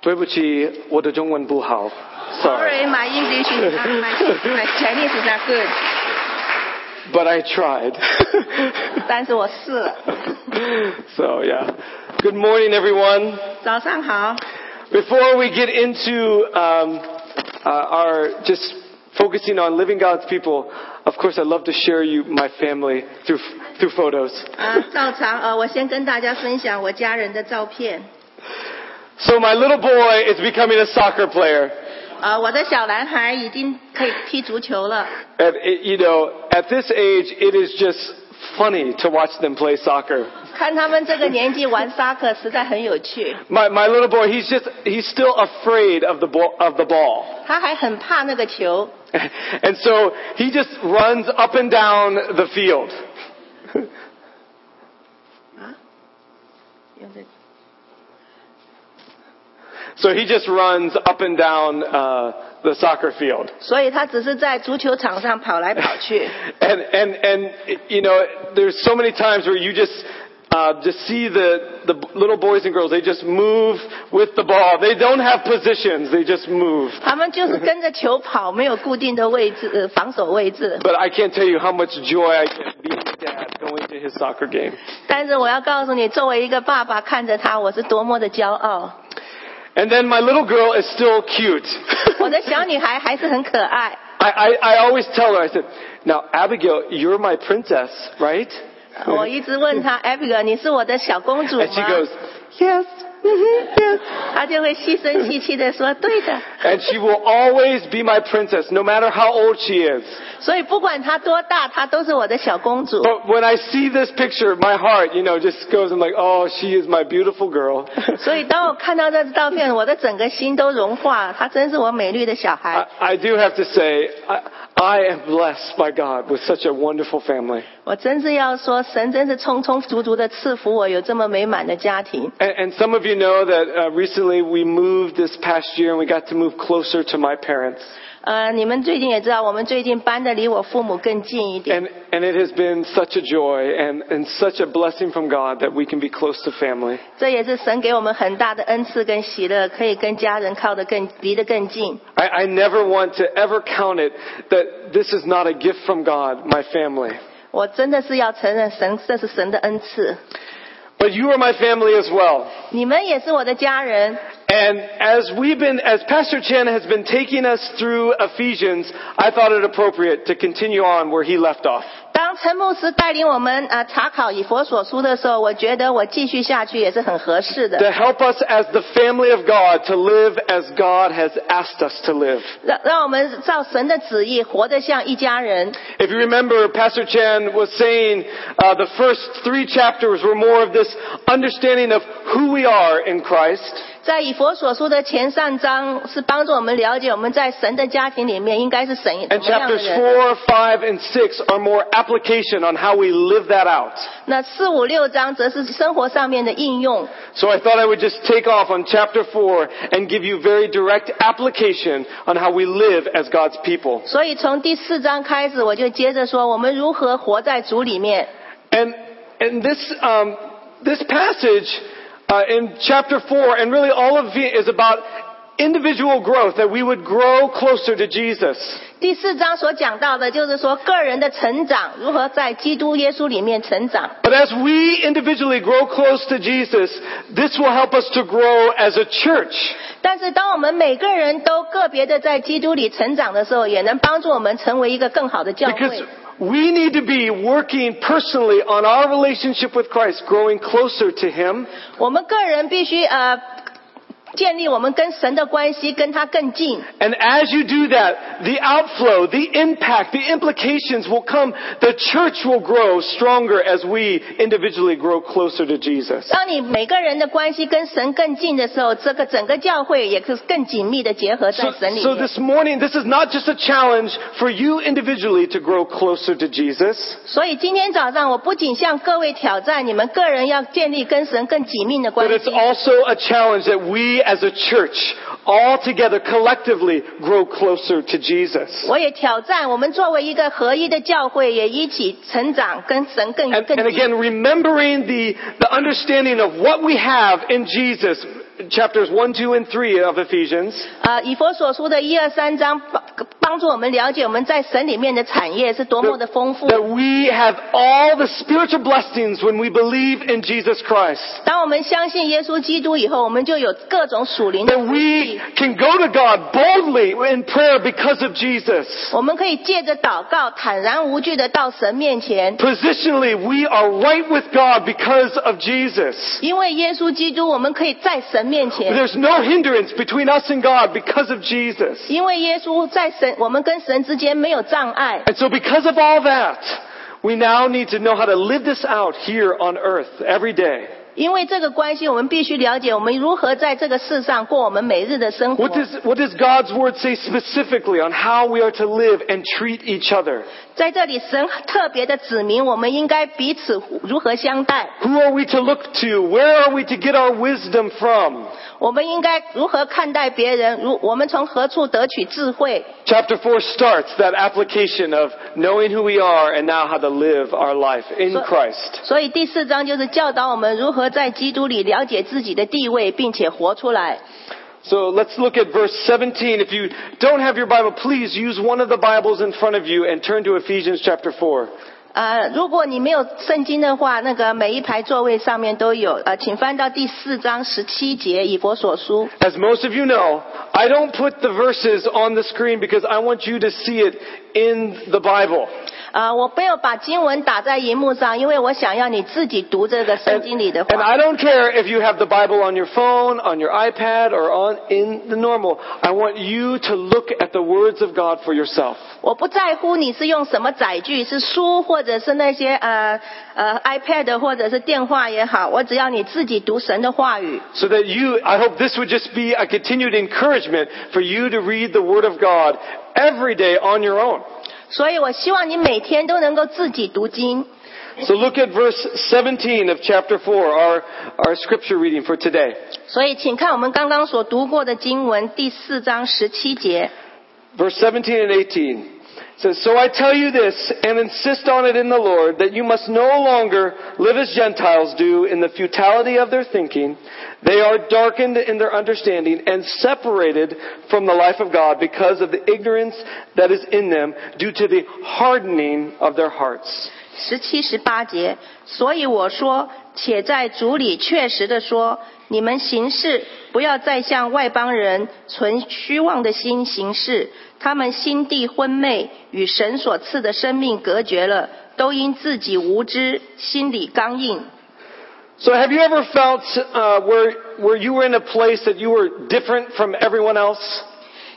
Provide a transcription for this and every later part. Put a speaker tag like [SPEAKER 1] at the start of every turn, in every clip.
[SPEAKER 1] 对不起，我的中文不好。Sorry,
[SPEAKER 2] Sorry, my English is not, my, my Chinese is not good.
[SPEAKER 1] but I tried.
[SPEAKER 2] 但是我试了。
[SPEAKER 1] so yeah. Good morning, everyone.
[SPEAKER 2] 早上好，
[SPEAKER 1] Before we get into um, uh, our just focusing on living God's people, of course, I'd love to share you my family through through photos.
[SPEAKER 2] 啊，照常呃，我先跟大家分享我家人的照片。
[SPEAKER 1] So my little boy is becoming a soccer player,
[SPEAKER 2] 呃，我的小男孩已经可以踢足球了。
[SPEAKER 1] and it, you know, at this age, it is just funny to watch them play soccer.
[SPEAKER 2] 看他们这个年纪玩沙克实在很有趣，
[SPEAKER 1] My my little boy, he's just he's still afraid of the ball of the ball.
[SPEAKER 2] 他还很怕那个球，
[SPEAKER 1] And so he just runs up and down the field.
[SPEAKER 2] 用这
[SPEAKER 1] So he just runs up and down uh, the soccer field.
[SPEAKER 2] 所以他只是在足球场上跑来跑去。
[SPEAKER 1] And and and you know, there's so many times where you just uh, just see the the little boys and girls. They just move with the ball. They don't have positions. They just move.
[SPEAKER 2] 他们就是跟着球跑，没有固定的位置，呃，防守位置。
[SPEAKER 1] But I can't tell you how much joy I get being a dad going to his soccer game.
[SPEAKER 2] 但是我要告诉你，作为一个爸爸，看着他，我是多么的骄傲。
[SPEAKER 1] And then my little girl is still cute.
[SPEAKER 2] 我的小女孩还是很可爱。
[SPEAKER 1] I, I, I always tell her, I said, now, Abigail, you're my princess, right?
[SPEAKER 2] 我一直问她，Abigail，你是我的小公主吗
[SPEAKER 1] And she goes,
[SPEAKER 2] ？Yes, Mm-hmm. yes。她就会细声细气的说：“对的。
[SPEAKER 1] and she will always be my princess, no matter how old she is. ”
[SPEAKER 2] 所以不管她多大，她都是我的小公主。
[SPEAKER 1] But when I see this picture, my heart, you know, just goes, I'm like, oh, she is my beautiful girl.
[SPEAKER 2] 所以当我看到这照片，我的整个心都融化了。她真是我美丽的小孩。
[SPEAKER 1] I, I do have to say, I, I am blessed by God with such a wonderful family.
[SPEAKER 2] 我真是要说，神真是充充足足的赐福我有这么美满的家庭。
[SPEAKER 1] And, and some of you know that uh, recently we moved this past year and we got to move closer to my parents.
[SPEAKER 2] 呃，你们最近也知道，我们最近搬的离我父母更近一点。
[SPEAKER 1] And, and it has been such a joy and, and such a blessing from God that we can be close to family.
[SPEAKER 2] 这也是神给我们很大的恩赐跟喜乐，可以跟家人靠得更离得更近。
[SPEAKER 1] I, I never want to ever count it that this is not a gift from God, my family.
[SPEAKER 2] 我真的是要承认神，这是神的恩赐。
[SPEAKER 1] But you are my family as well.
[SPEAKER 2] 你们也是我的家人。
[SPEAKER 1] And as we've been, as Pastor Chan has been taking us through Ephesians, I thought it appropriate to continue on where he left off.
[SPEAKER 2] 当陈牧师带领我们啊查考以佛所书的时候，我觉得我继续下去也是很合适的。
[SPEAKER 1] To help us as the family of God to live as God has asked us to live.
[SPEAKER 2] 让让我们照神的旨意活得像一家人。
[SPEAKER 1] If you remember, Pastor Chan was saying uh, the first three chapters were more of this understanding of who we are in Christ.
[SPEAKER 2] 在以佛所书的前三章是帮助我们了解我们在神的家庭里面应该是神怎
[SPEAKER 1] And
[SPEAKER 2] 么哎样的
[SPEAKER 1] chapters
[SPEAKER 2] 人。
[SPEAKER 1] 4, 5, and 6 are more application on how we live that out.
[SPEAKER 2] 那四五六章则是生活上面的应用。
[SPEAKER 1] So I thought I would just take off on chapter 4 and give you very direct application on how we live as God's people.
[SPEAKER 2] 所以从第四章开始，我就接着说我们如何活在主里面。
[SPEAKER 1] And, and this, um, this passage uh, in chapter 4 and really all of it is about individual growth, that we would grow closer to Jesus.
[SPEAKER 2] 第四章所讲到的就是说个人的成长，如何在基督耶稣里面成长。
[SPEAKER 1] But as we individually grow close to Jesus, this will help us to grow as a church.
[SPEAKER 2] 但是当我们每个人都个别的在基督里成长的时候，也能帮助我们成为一个更好的教
[SPEAKER 1] Because
[SPEAKER 2] 会。
[SPEAKER 1] we need to be working personally on our relationship with Christ, growing closer to Him,
[SPEAKER 2] 我们个人必须呃建立我们跟神的关系，跟他更近。
[SPEAKER 1] and as you do that, the outflow, the impact, the implications will come. The church will grow stronger as we individually grow closer to Jesus.
[SPEAKER 2] 当你每个人的关系跟神更近的时候，这个整个教会也是更紧密的结合
[SPEAKER 1] So,
[SPEAKER 2] 在神里
[SPEAKER 1] so
[SPEAKER 2] 面。
[SPEAKER 1] this morning, this is not just a challenge for you individually to grow closer to Jesus.
[SPEAKER 2] 所以今天早上，我不仅向各位挑战你们个人要建立跟神更紧密的
[SPEAKER 1] But
[SPEAKER 2] 关
[SPEAKER 1] it's
[SPEAKER 2] 系，
[SPEAKER 1] also a challenge that we as a church, all together collectively, grow closer to Jesus.
[SPEAKER 2] 我也挑战我们作为一个合一的教会，也一起成长，跟神更
[SPEAKER 1] And,
[SPEAKER 2] 更
[SPEAKER 1] and
[SPEAKER 2] 近。
[SPEAKER 1] again, remembering the, the understanding of what we have in Jesus chapters 1, 2, and 3 of Ephesians.
[SPEAKER 2] 呃，以佛所书的一二三章帮帮助我们了解我们在神里面的产业是多么的丰富。
[SPEAKER 1] That we have all the spiritual blessings when we believe in Jesus Christ.
[SPEAKER 2] 当我们相信耶稣基督以后，我们就有各种属灵的
[SPEAKER 1] That
[SPEAKER 2] 福气
[SPEAKER 1] we。can go to God boldly in prayer because of Jesus.
[SPEAKER 2] 我们可以借着祷告坦然无惧的到神面前，
[SPEAKER 1] Positionally, we are right with God because of Jesus.
[SPEAKER 2] 因为耶稣基督，我们可以在神面前，
[SPEAKER 1] There's no hindrance between us and God because of Jesus.
[SPEAKER 2] 因为耶稣在神，我们跟神之间没有障碍。
[SPEAKER 1] And so, because of all that, we now need to know how to live this out here on earth every day.
[SPEAKER 2] 因为这个关系，我们必须了解我们如何在这个世上过我们每日的生活
[SPEAKER 1] What。does, what does God's word say specifically on how we are to live and treat each other?
[SPEAKER 2] 在这里，神特别的指明我们应该彼此如何相待，
[SPEAKER 1] Who are we to look to? Where are we to get our wisdom from?
[SPEAKER 2] 我们应该如何看待别人，如我们从何处得取智慧。
[SPEAKER 1] Chapter 4 starts that application of knowing who we are and now how to live our life in
[SPEAKER 2] So-
[SPEAKER 1] Christ.
[SPEAKER 2] 所以第四章就是教导我们如何在基督里了解自己的地位，并且活出来。
[SPEAKER 1] So let's look at verse 17. If you don't have your Bible, please use one of the Bibles in front of you and turn to Ephesians chapter 4.
[SPEAKER 2] 呃，如果你没有圣经的话，那个每一排座位上面都有。呃，请翻到第四章十七节以佛所书。
[SPEAKER 1] As most of you know, I don't put the verses on the screen because I want you to see it in the Bible.
[SPEAKER 2] 呃，我没有把经文打在荧幕上，因为我想要你自己读这个
[SPEAKER 1] And,
[SPEAKER 2] 圣经里的
[SPEAKER 1] and
[SPEAKER 2] 话。
[SPEAKER 1] I don't care if you have the Bible on your phone, on your iPad, or on in the normal. I want you to look at the words of God for yourself.
[SPEAKER 2] 我不在乎你是用什么载具，是书或者是那些呃呃 iPad 或者是电话也好，我只要你自己读神的话语。
[SPEAKER 1] So that you, I hope this would just be a continued encouragement for you to read the Word of God every day on your own.
[SPEAKER 2] 所以我希望你每天都能够自己读经。
[SPEAKER 1] So look at verse 17 of chapter 4, our, our scripture reading for today.
[SPEAKER 2] 所以，请看我们刚刚所读过的经文第四章十七节。
[SPEAKER 1] Verse 17 and 18 It says, So I tell you this, and insist on it in the Lord, that you must no longer live as Gentiles do in the futility of their thinking. They are darkened in their understanding and separated from the life of God because of the ignorance that is in them due to the hardening of their hearts.
[SPEAKER 2] 十七、十八节。所以我说，且在主里确实的说，你们行事不要再像外邦人存虚妄的心行事，他们心地昏昧，与神所赐的生命隔绝了，都因自己无知，心里刚硬。
[SPEAKER 1] So have you ever felt uh, where, where you were in a place that you were different from everyone else?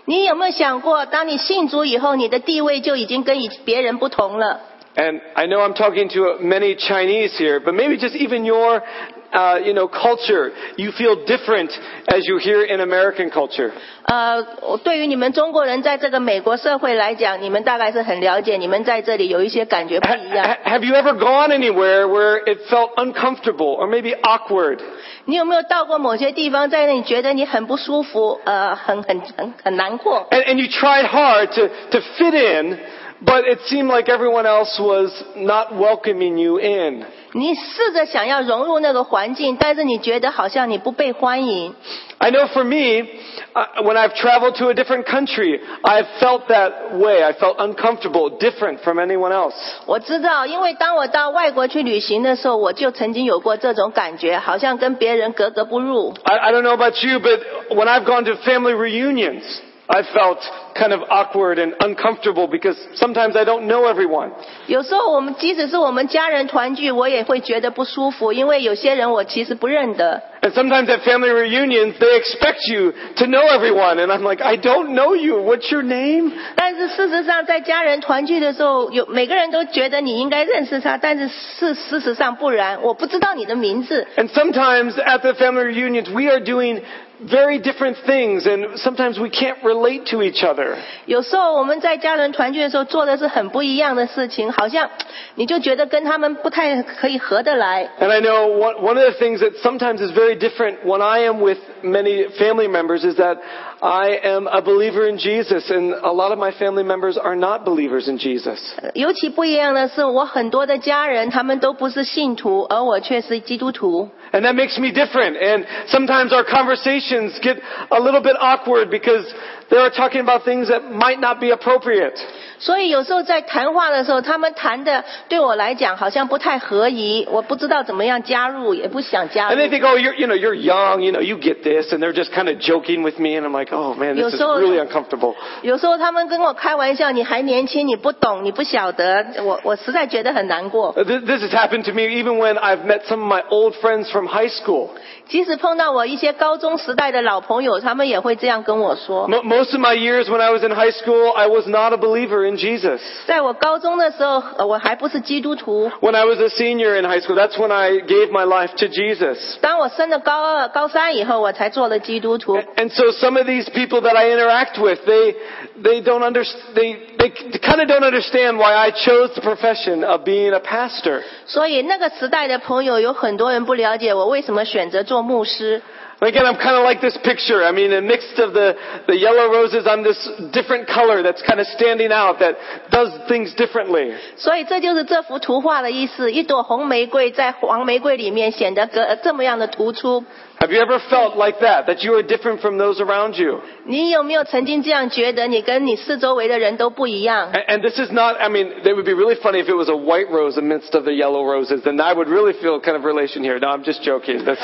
[SPEAKER 2] 你有没有想过，当你信主以后，你的地位就已经跟以别人不同了？
[SPEAKER 1] And I know I'm talking to uh, many Chinese here, but maybe just even your, uh, you know, culture, you feel different as you hear in American culture.
[SPEAKER 2] 呃，我对于你们中国人在这个美国社会来讲，你们大概是很了解，你们在这里有一些感觉不
[SPEAKER 1] Ha-
[SPEAKER 2] 一样
[SPEAKER 1] ha-。have you ever gone anywhere where it felt uncomfortable or maybe awkward?
[SPEAKER 2] 你有没有到过某些地方，在那里觉得你很不舒服，呃，很很很很难过？
[SPEAKER 1] And, and you tried hard to, to fit in, but it seemed like everyone else was not welcoming you in.
[SPEAKER 2] 你试着想要融入那个环境，但是你觉得好像你不被欢迎。
[SPEAKER 1] I know for me, uh, when I've traveled to a different country, I've felt that way. I felt uncomfortable, different from anyone else.
[SPEAKER 2] 我知道，因为当我到外国去旅行的时候，我就曾经有过这种感觉，好像跟别人格格不入。
[SPEAKER 1] I, I don't know about you, but when I've gone to family reunions, I felt kind of awkward and uncomfortable because sometimes I don't know everyone.
[SPEAKER 2] 有时候我们即使是我们家人团聚，我也会觉得不舒服，因为有些人我其实不认得。
[SPEAKER 1] And sometimes at family reunions, they expect you to know everyone. And I'm like, I don't know you. What's your name?
[SPEAKER 2] 但是事实上，在家人团聚的时候，有每个人都觉得你应该认识他，但是事事实上不然，我不知道你的名字。
[SPEAKER 1] And sometimes at the family reunions, we are doing very different things. And sometimes we can't relate to each other.
[SPEAKER 2] 有时候我们在家人团聚的时候做的是很不一样的事情，好像你就觉得跟他们不太可以合得来。
[SPEAKER 1] And I know one, one of the things that sometimes is very different when I am with many family members is that I am a believer in Jesus, and a lot of my family members are not believers in Jesus.
[SPEAKER 2] 呃尤其不一样的是，我很多的家人他们都不是信徒，而我却是基督徒。
[SPEAKER 1] And that makes me different. And sometimes our conversations get a little bit awkward because they are talking about things that might not be appropriate.
[SPEAKER 2] 所以有时候在谈话的时候，他们谈的对我来讲好像不太合宜，我不知道怎么样加入，也不想加
[SPEAKER 1] And
[SPEAKER 2] 入
[SPEAKER 1] they。think, oh, you're, you know, you're young, you know, you get this. And they're just kind of joking with me. And I'm like, oh man, this is
[SPEAKER 2] You're so-
[SPEAKER 1] really uncomfortable.
[SPEAKER 2] 有时候他们跟我开玩笑，你还年轻，你不懂，你不晓得，我我实在觉得很难过。
[SPEAKER 1] Uh, th- This has happened to me even when I've met some of my old friends from high school.
[SPEAKER 2] 即使碰到我一些高中时代的老朋友，他们也会这样跟我说。
[SPEAKER 1] Mo most of my years when I was in high school, I was not a believer in Jesus.
[SPEAKER 2] 在我高中的时候，呃我还不是基督徒。
[SPEAKER 1] When I was a senior in high school, that's when I gave my life to Jesus.
[SPEAKER 2] 当我升了高二、高三以后，我才做了基督徒。
[SPEAKER 1] And so some of these people that I interact with, they, they don't under, they, they kind of don't understand why I chose the profession of being a pastor.
[SPEAKER 2] 所以那个时代的朋友有很多人不了解我为什么选择做牧师。
[SPEAKER 1] And Again, I'm kind of like this picture. I mean, a mix of the, the yellow roses, I'm this different color that's kind of standing out, that does things differently.
[SPEAKER 2] 所以这就是这幅图画的意思。一朵红玫瑰在黄玫瑰里面显得格呃这么样的突出。
[SPEAKER 1] Have you ever felt like that? That you are different from those around you?
[SPEAKER 2] 你有没有曾经这样觉得，你跟你四周围的人都不一 样？
[SPEAKER 1] And, and this is not, I mean, it would be really funny if it was a white rose amidst of the yellow roses. Then I would really feel kind of relation here. No, I'm just joking. That's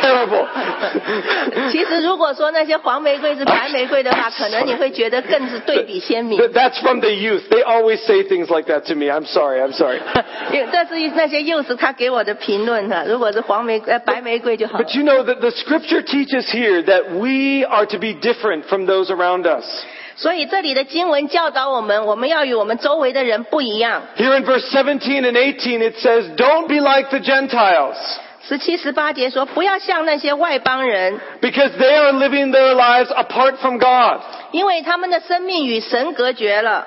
[SPEAKER 1] terrible.
[SPEAKER 2] 其实如果说那些黄玫瑰是白玫瑰的话，可能你会觉得更是对比鲜明。
[SPEAKER 1] Th- That's from the youth. They always say things like that to me. I'm sorry. I'm sorry.
[SPEAKER 2] 因为这是那些幼师他给我的评论哈、如果是黄玫呃白玫瑰就好了
[SPEAKER 1] But you know that the scripture teaches here that we are to be different from those around us.
[SPEAKER 2] 所以这里的经文教导我们，我们要与我们周围的人不一样。
[SPEAKER 1] Here in verse 17 and 18 it says, don't be like the Gentiles
[SPEAKER 2] 十七、十八节说，不要像那些外邦人，
[SPEAKER 1] because they are living their lives apart from God.
[SPEAKER 2] 因为他们的生命与神隔绝了。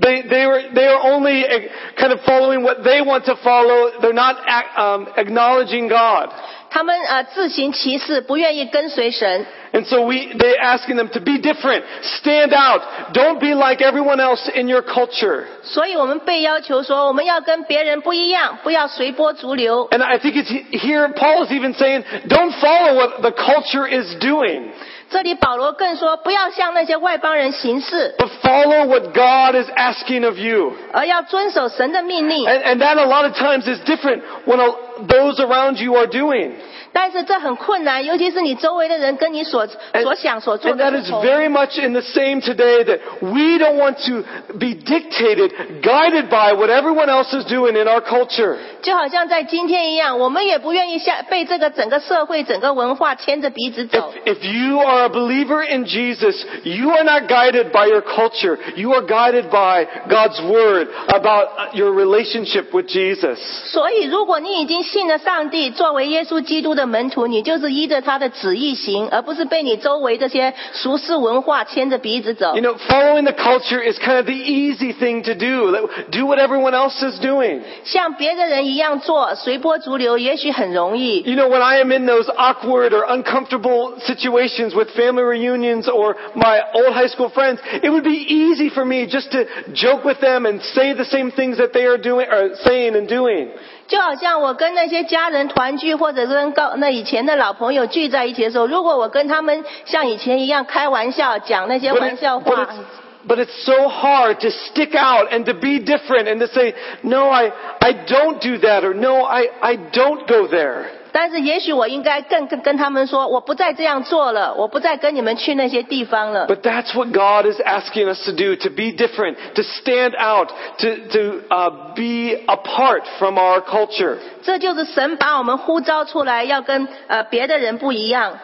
[SPEAKER 1] They, they, were, they are only eh, kind of following what they want to follow. They're not ac- um, acknowledging God.
[SPEAKER 2] 他们呃自行其事，不愿意跟随神，
[SPEAKER 1] And so we, they're asking them to be different, stand out, don't be like everyone else in your culture.
[SPEAKER 2] 所以我们被要求说，我们要跟别人不一样，不要随波逐流。
[SPEAKER 1] And I think it's he- here Paul is even saying, don't follow what the culture is doing,
[SPEAKER 2] 这里保罗更说，不要向那些外邦人行事，
[SPEAKER 1] but follow what God is asking of you.
[SPEAKER 2] 而要遵守神的命令。
[SPEAKER 1] And, and that a lot of times is different when a, those around you are doing.
[SPEAKER 2] 但是这很困难，尤其是你周围的人跟你所所想所做
[SPEAKER 1] And
[SPEAKER 2] 的
[SPEAKER 1] 哎 that
[SPEAKER 2] 不
[SPEAKER 1] is
[SPEAKER 2] 同。
[SPEAKER 1] very much in the same today that we don't want to be dictated, guided by what everyone else is doing in our culture.
[SPEAKER 2] 就好像在今天一样，我们也不愿意下被这个整个社会、整个文化牵着鼻子走。
[SPEAKER 1] If, if you are a believer in Jesus, you are not guided by your culture. You are guided by God's word about uh, your relationship with Jesus.
[SPEAKER 2] 所以，如果你已经信了上帝，作为耶稣基督的门徒，你就是依着他的旨意行，而不是被你周围这些俗世文化牵着鼻子走
[SPEAKER 1] You。know, following the culture is kind of the easy thing to do. Like, Do what everyone else is doing.
[SPEAKER 2] 像别的人一样做，随波逐流，也许很容易。
[SPEAKER 1] You know, when I am in those awkward or uncomfortable situations with family reunions or my old high school friends, it would be easy for me just to joke with them and say the same things that they are doing or saying and doing.
[SPEAKER 2] 就好像我跟那些家人团聚，或者跟高那以前的老朋友聚在一起的时候，如果我跟他们像以前一样开玩笑，讲那些
[SPEAKER 1] But,
[SPEAKER 2] 玩
[SPEAKER 1] it-
[SPEAKER 2] 笑
[SPEAKER 1] but
[SPEAKER 2] 话。
[SPEAKER 1] it's, but it's so hard to stick out and to be different and to say, no, I, I don't do that or no, I, I don't go there.
[SPEAKER 2] 但是也许我应该更跟跟他们说，我不再这样做了，我不再跟你们去那些地方了。
[SPEAKER 1] But that's what God is asking us to do, to be different, to stand out, to, to uh, be apart from our culture.
[SPEAKER 2] 这就是神把我们呼召出来，要跟呃别的人不一样。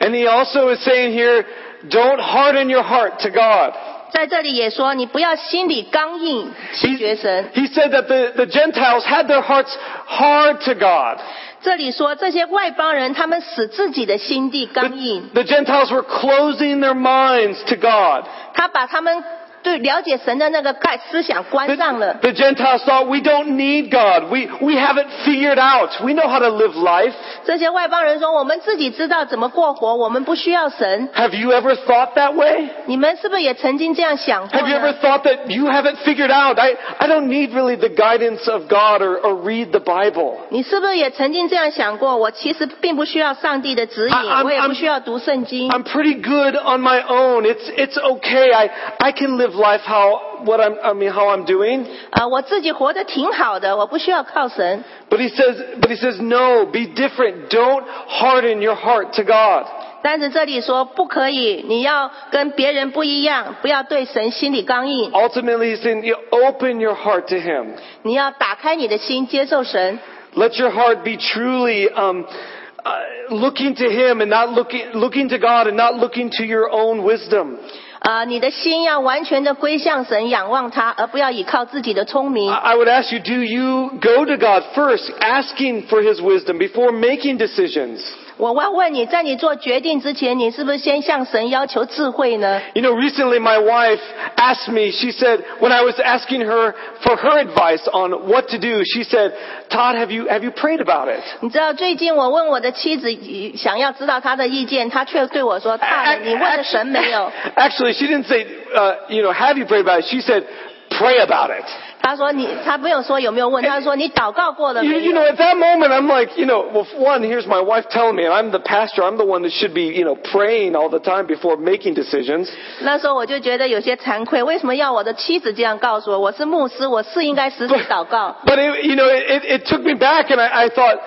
[SPEAKER 1] And he also is saying here, don't harden your heart to God.
[SPEAKER 2] 在这里也说，你不要心里刚硬，拒
[SPEAKER 1] He,
[SPEAKER 2] 绝神。
[SPEAKER 1] he said that the, the Gentiles had their hearts hard to God.
[SPEAKER 2] 这里说这些外邦人，他们使自己的心地
[SPEAKER 1] The,
[SPEAKER 2] 刚硬，
[SPEAKER 1] the Gentiles were closing their minds to God.
[SPEAKER 2] 他把他们对了解神的那个概思想关上了。
[SPEAKER 1] The, the Gentiles thought we don't need God. We, we have it figured out. We know how to live life.
[SPEAKER 2] 这些外邦人说：“我们自己知道怎么过活，我们不需要神。
[SPEAKER 1] Have you ever thought that way? ”
[SPEAKER 2] 你们是不是也曾经这样想过
[SPEAKER 1] Have you ever
[SPEAKER 2] 呢？
[SPEAKER 1] thought that you haven't figured out? I, I don't need really the guidance of God or, or read the Bible.
[SPEAKER 2] 你是不是也曾经这样想过？我其实并不需要上帝的指
[SPEAKER 1] I- I'm-
[SPEAKER 2] 引，我也
[SPEAKER 1] I'm-
[SPEAKER 2] 不需要读圣经。
[SPEAKER 1] I'm pretty good on my own. It's, it's okay. I, I can live life how, what I'm, I mean, how I'm doing.
[SPEAKER 2] 呃，我自己活得挺好的，我不需要靠神。
[SPEAKER 1] But he says, but he says, no, be different. Don't harden your heart to God.
[SPEAKER 2] 但是这里说不可以，你要跟别人不一样，不要对神心里刚硬，
[SPEAKER 1] Ultimately, he's saying, you open your heart to him.
[SPEAKER 2] 你要打开你的心，接受神，
[SPEAKER 1] Let your heart be truly um, uh, looking to Him and not looking looking to God and not looking to your own wisdom.
[SPEAKER 2] 呃，你的心要完全的归向神，仰望他，而不要依靠自己的聪明。
[SPEAKER 1] I I would ask you, do you go to God first, asking for His wisdom before making decisions?
[SPEAKER 2] 我要问你，在你做决定之前，你是不是先向神要求智慧呢？
[SPEAKER 1] You know, recently my wife asked me, she said, when I was asking her for her advice on what to do, she said, Todd, have you, have you prayed about it?
[SPEAKER 2] 你知道最近我问我的妻子，呃想要知道她的意见，她却对我说：“大人，你问了神没有
[SPEAKER 1] Actually, she didn't say, uh, you know, have you prayed about it? She said, pray about it.？”
[SPEAKER 2] 她说：“你，她没有说有没有问，她说哎你祷告过了
[SPEAKER 1] You,
[SPEAKER 2] 没
[SPEAKER 1] you
[SPEAKER 2] 有
[SPEAKER 1] know, at that moment, I'm like, you know, well, for one, here's my wife telling me, and I'm the pastor. I'm the one that should be, you know, praying all the time before making decisions.？”
[SPEAKER 2] 那时候我就觉得有些惭愧，为什么要我的妻子这样告诉我？我是牧师，我是应该时时祷告。
[SPEAKER 1] But, it, you know, it, it took me back, and I, I thought,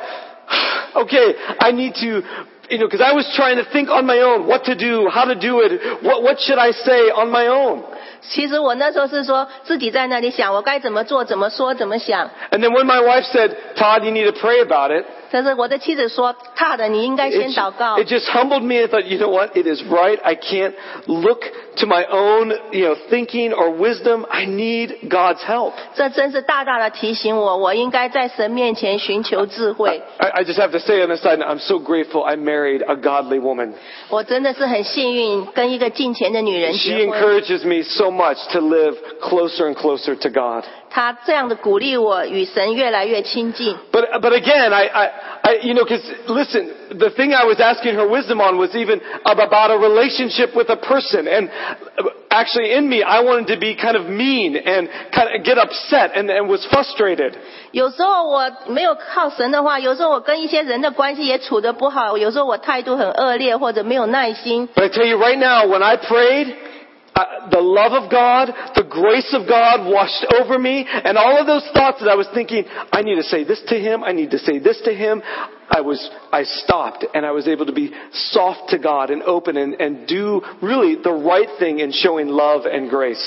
[SPEAKER 1] okay, I need to, you know, because I was trying to think on my own what to do, how to do it, what, what should I say on my own.
[SPEAKER 2] 其实我那时候是说自己在那里想，我该怎么做、怎么说、怎么想。
[SPEAKER 1] And then when my wife said, Todd, you need to pray about it,
[SPEAKER 2] 但是我的妻子说：“大人，你应该
[SPEAKER 1] it,
[SPEAKER 2] 先
[SPEAKER 1] ju-
[SPEAKER 2] 祷告。”
[SPEAKER 1] it just humbled me. I thought, you know what? It is right. I can't look to my own, you know, thinking or wisdom. I need God's help.
[SPEAKER 2] 这真是大大的提醒我，我应该在神面前寻求智 慧。
[SPEAKER 1] I, I just have to say on the side, note, I'm so grateful I married a godly woman.
[SPEAKER 2] 我真的是很幸运，跟一个敬虔的女人
[SPEAKER 1] She
[SPEAKER 2] 结婚。
[SPEAKER 1] encourages me so much to live closer and closer to God.
[SPEAKER 2] 她这样的鼓励我，与神越来越亲近。
[SPEAKER 1] But, but again, I, I, I you know, because listen, the thing I was asking her wisdom on was even ab- about a relationship with a person. And uh, actually, in me, I wanted to be kind of mean and kind of get upset and, and was frustrated.
[SPEAKER 2] 有时候我没有靠神的话，有时候我跟一些人的关系也处得不好，有时候我态度很恶劣或者没有耐心。
[SPEAKER 1] But I tell you right now, when I prayed, uh, the love of God, the grace of God washed over me, and all of those thoughts that I was thinking, I need to say this to him, I need to say this to him, I was, I stopped, and I was able to be soft to God and open and, and do really the right thing in showing love and grace.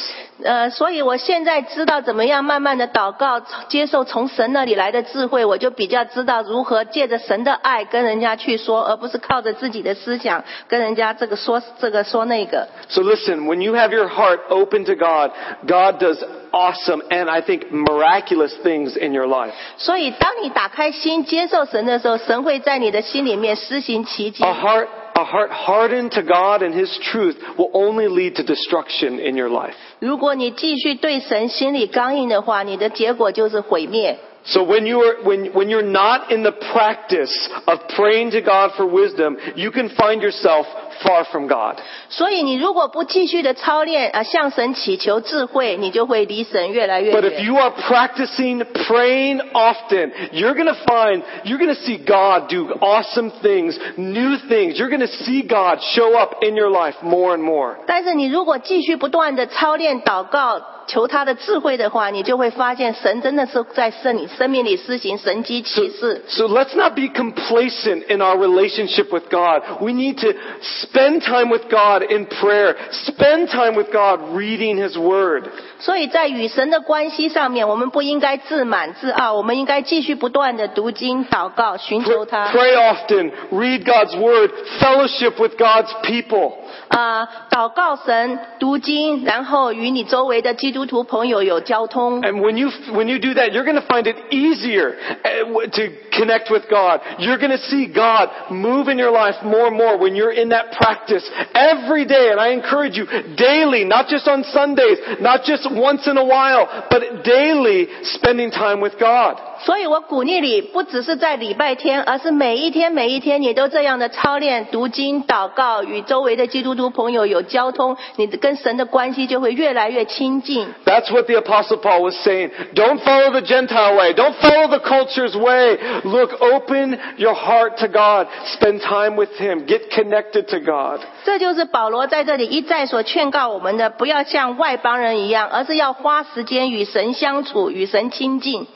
[SPEAKER 2] 呃，所以我现在知道怎么样慢慢的祷告，接受从神那里来的智慧，我就比较知道如何借着神的爱跟人家去说，而不是靠着自己的思想跟人家这个说这个说那个。
[SPEAKER 1] So listen, when you have your heart open to God, God does awesome and I think miraculous things in your life.
[SPEAKER 2] 所以，当你打开心接受神的时候，神会在你的心里面施行奇迹。
[SPEAKER 1] A heart, a heart hardened to God and His truth will only lead to destruction in your life.
[SPEAKER 2] 如果你继续对神心里刚硬的话，你的结果就是毁灭。
[SPEAKER 1] So when you are, when, when you're not in the practice of praying to God for wisdom, you can find yourself far from God.
[SPEAKER 2] 所以，你如果不继续的操练啊，向神祈求智慧，你就会离神越来越
[SPEAKER 1] But if
[SPEAKER 2] 远。
[SPEAKER 1] you are practicing praying often, you're gonna find, you're gonna see God do awesome things, new things. You're gonna see God show up in your life more and more.
[SPEAKER 2] 但是，你如果继续不断的操练祷告，求他的智慧的话，你就会发现神真的是在圣你生命里施行神机奇事。
[SPEAKER 1] So let's not be complacent in our relationship with God. We need to spend time with God in prayer, spend time with God reading His Word.
[SPEAKER 2] 所以在与神的关系上面，我们不应该自满自傲，我们应该继续不断的读经、祷告、寻
[SPEAKER 1] Pr-
[SPEAKER 2] 求他。
[SPEAKER 1] Pray often, read God's Word, fellowship with God's people.
[SPEAKER 2] 啊、祷告神、读经，然后与你周围的基督徒朋友有交通。
[SPEAKER 1] And when you, when you do that, you're going to find it easier eh, w- to connect with God. You're going to see God move in your life more and more when you're in that practice every day. And I encourage you daily, not just on Sundays, not just once in a while, but daily spending time with God.
[SPEAKER 2] 所以我鼓励你，不只是在礼拜天，而是每一天每一天，你都这样的操练、读经、祷告，与周围的基督徒朋友有交通，你跟神的关系就会越来越亲近。
[SPEAKER 1] That's what the apostle Paul was saying. Don't follow the Gentile way. Don't follow the culture's way. Look, open your heart to God. Spend time with Him. Get connected to God.
[SPEAKER 2] 这就是保罗在这里一再所劝告我们的，不要像外邦人一样，而是要花时间与神相处，与神亲近。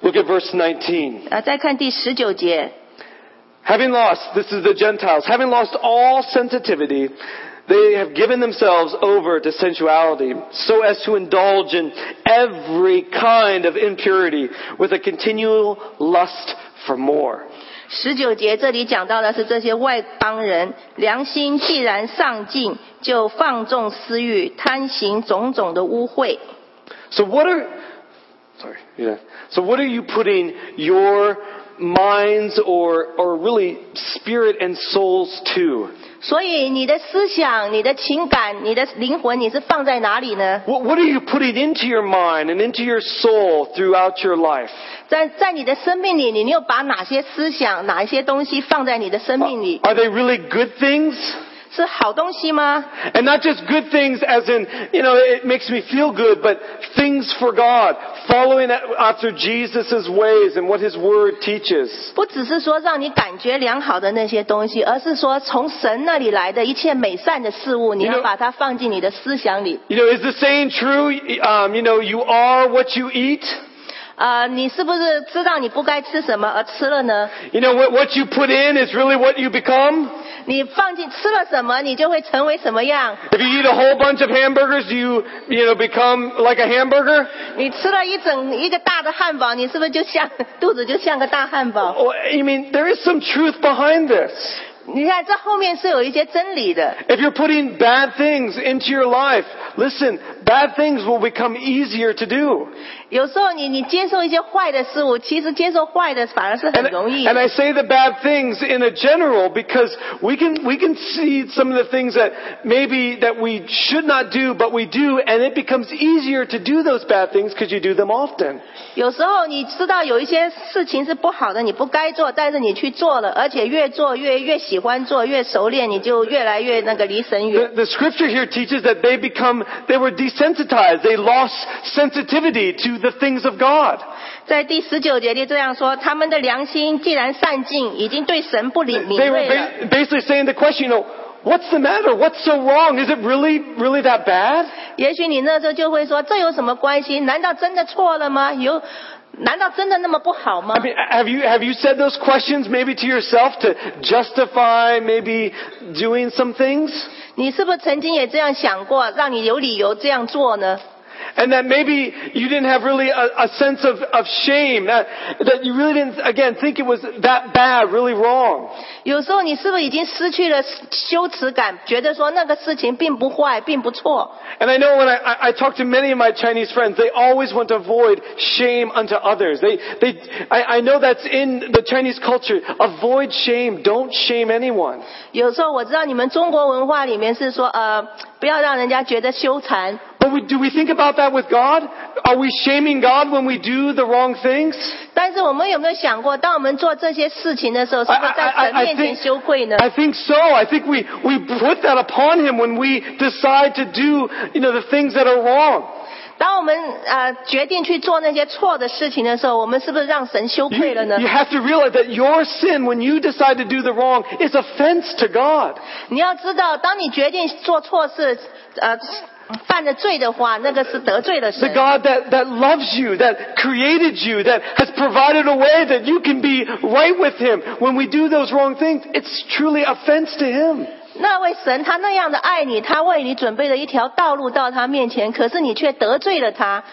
[SPEAKER 1] Look at verse 19.
[SPEAKER 2] 啊，再看第十九节，
[SPEAKER 1] Having lost, this is the Gentiles, having lost all sensitivity, they have given themselves over to sensuality so as to indulge in every kind of impurity with a continual lust for more.
[SPEAKER 2] 十九节这里讲到的是这些外邦人，良心既然上进，就放纵私欲，贪行种种的污秽。
[SPEAKER 1] So what are sorry, yeah. So what are you putting your minds or or really spirit and souls to?
[SPEAKER 2] 所以你的思想、你的情感、你的灵魂，你是放在哪里呢？
[SPEAKER 1] What, what are you putting into your mind and into your soul throughout your life?
[SPEAKER 2] 在在你的生命里，你又把哪些思想、哪一些东西放在你的生命里？
[SPEAKER 1] Are they really good things?
[SPEAKER 2] 是好东西吗？
[SPEAKER 1] And not just good things as in, you know, it makes me feel good, but things for God, following after Jesus' ways and what His Word teaches.
[SPEAKER 2] 不只是说让你感觉良好的那些东西，而是说从神那里来的一切美善的事物，你要把它放进你的思想里。
[SPEAKER 1] You know, is the saying true? Um, you know, you are what you eat.
[SPEAKER 2] 啊、你是不是知道你不该吃什么而吃了呢？
[SPEAKER 1] You know, what, what you put in is really what you become.
[SPEAKER 2] 你放进吃了什么，你就会成为什么样。
[SPEAKER 1] If you eat a whole bunch of hamburgers, do you, you know, become like a hamburger?
[SPEAKER 2] 你吃了一整一个大的汉堡，你是不是就像肚子就像个大汉堡？
[SPEAKER 1] Well, I mean, there is some truth behind this.
[SPEAKER 2] 你看这后面是有一些真理的。
[SPEAKER 1] If you're putting bad things into your life, listen, bad things will become easier to do.
[SPEAKER 2] 有时候你你接受一些坏的事物，其实接受坏的反而是
[SPEAKER 1] And,
[SPEAKER 2] 很容易。
[SPEAKER 1] and I say the bad things in a general because we can, we can see some of the things that maybe that we should not do, but we do, and it becomes easier to do those bad things because you do them often.
[SPEAKER 2] 有时候你知道有一些事情是不好的，你不该做，但是你去做了，而且越做越越喜欢做，越熟练，你就越来越那个离神远。
[SPEAKER 1] The, the scripture here teaches that they become, they were desensitized. They lost sensitivity to the things of God.
[SPEAKER 2] 在第十九节里这样说：他们的良心既然善尽，已经对神不灵敏
[SPEAKER 1] They were
[SPEAKER 2] 锐了。
[SPEAKER 1] ba- basically saying the question, you know, what's the matter? What's so wrong? Is it really, really that bad?
[SPEAKER 2] 也许你那时候就会说：这有什么关系？难道真的错了吗？有，难道真的那么不好吗
[SPEAKER 1] I？mean, have you, have you said those questions maybe to yourself to justify maybe doing some things?
[SPEAKER 2] 你是不是曾经也这样想过，让你有理由这样做呢？
[SPEAKER 1] And that maybe you didn't have really a, a sense of, of shame, that, that you really didn't, again, think it was that bad, really wrong.
[SPEAKER 2] 有时候你是不是已经失去了羞耻感，觉得说那个事情并不坏，并不错？
[SPEAKER 1] And I know when I, I, I talk to many of my Chinese friends, they always want to avoid shame unto others. They, they, I, I know that's in the Chinese culture. Avoid shame. Don't shame anyone.
[SPEAKER 2] 有时候我知道你们中国文化里面是说，呃，不要让人家觉得羞惭。
[SPEAKER 1] But we, do we think about that with God? Are we shaming God when we do the wrong things?
[SPEAKER 2] 但是我们有没有想过，当我们做这些事情的时候，是
[SPEAKER 1] I,
[SPEAKER 2] 不是
[SPEAKER 1] I,
[SPEAKER 2] 在
[SPEAKER 1] I,
[SPEAKER 2] 神
[SPEAKER 1] I
[SPEAKER 2] 面前
[SPEAKER 1] think,
[SPEAKER 2] 羞愧呢？
[SPEAKER 1] I think so. I think we, we put that upon Him when we decide to do, you know, the things that are wrong.
[SPEAKER 2] 当我们呃决定去做那些错的事情的时候，我们是不是让神羞
[SPEAKER 1] You,
[SPEAKER 2] 愧了呢？
[SPEAKER 1] you have to realize that your sin, when you decide to do the wrong, is offense to God.
[SPEAKER 2] 你要知道，当你决定做错事，呃，犯了罪的话，那个是得罪了
[SPEAKER 1] The
[SPEAKER 2] 神。
[SPEAKER 1] God that, that loves you, that created you, that has provided a way that you can be right with Him. When we do those wrong things, it's truly offense to Him.
[SPEAKER 2] 那位神他那样的爱你，他为你准备了一条道路到他面前，可是你却得罪了他，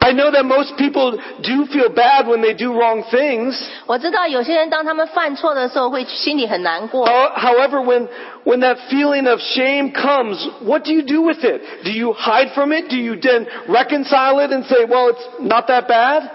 [SPEAKER 1] I know that most people do feel bad when they do wrong things.
[SPEAKER 2] 我知道有些人当他们犯错的时候，会心里很难过。
[SPEAKER 1] How- However, when, when that feeling of shame comes, what do you do with it? Do you hide from it? Do you then reconcile it and say, well, it's not that bad?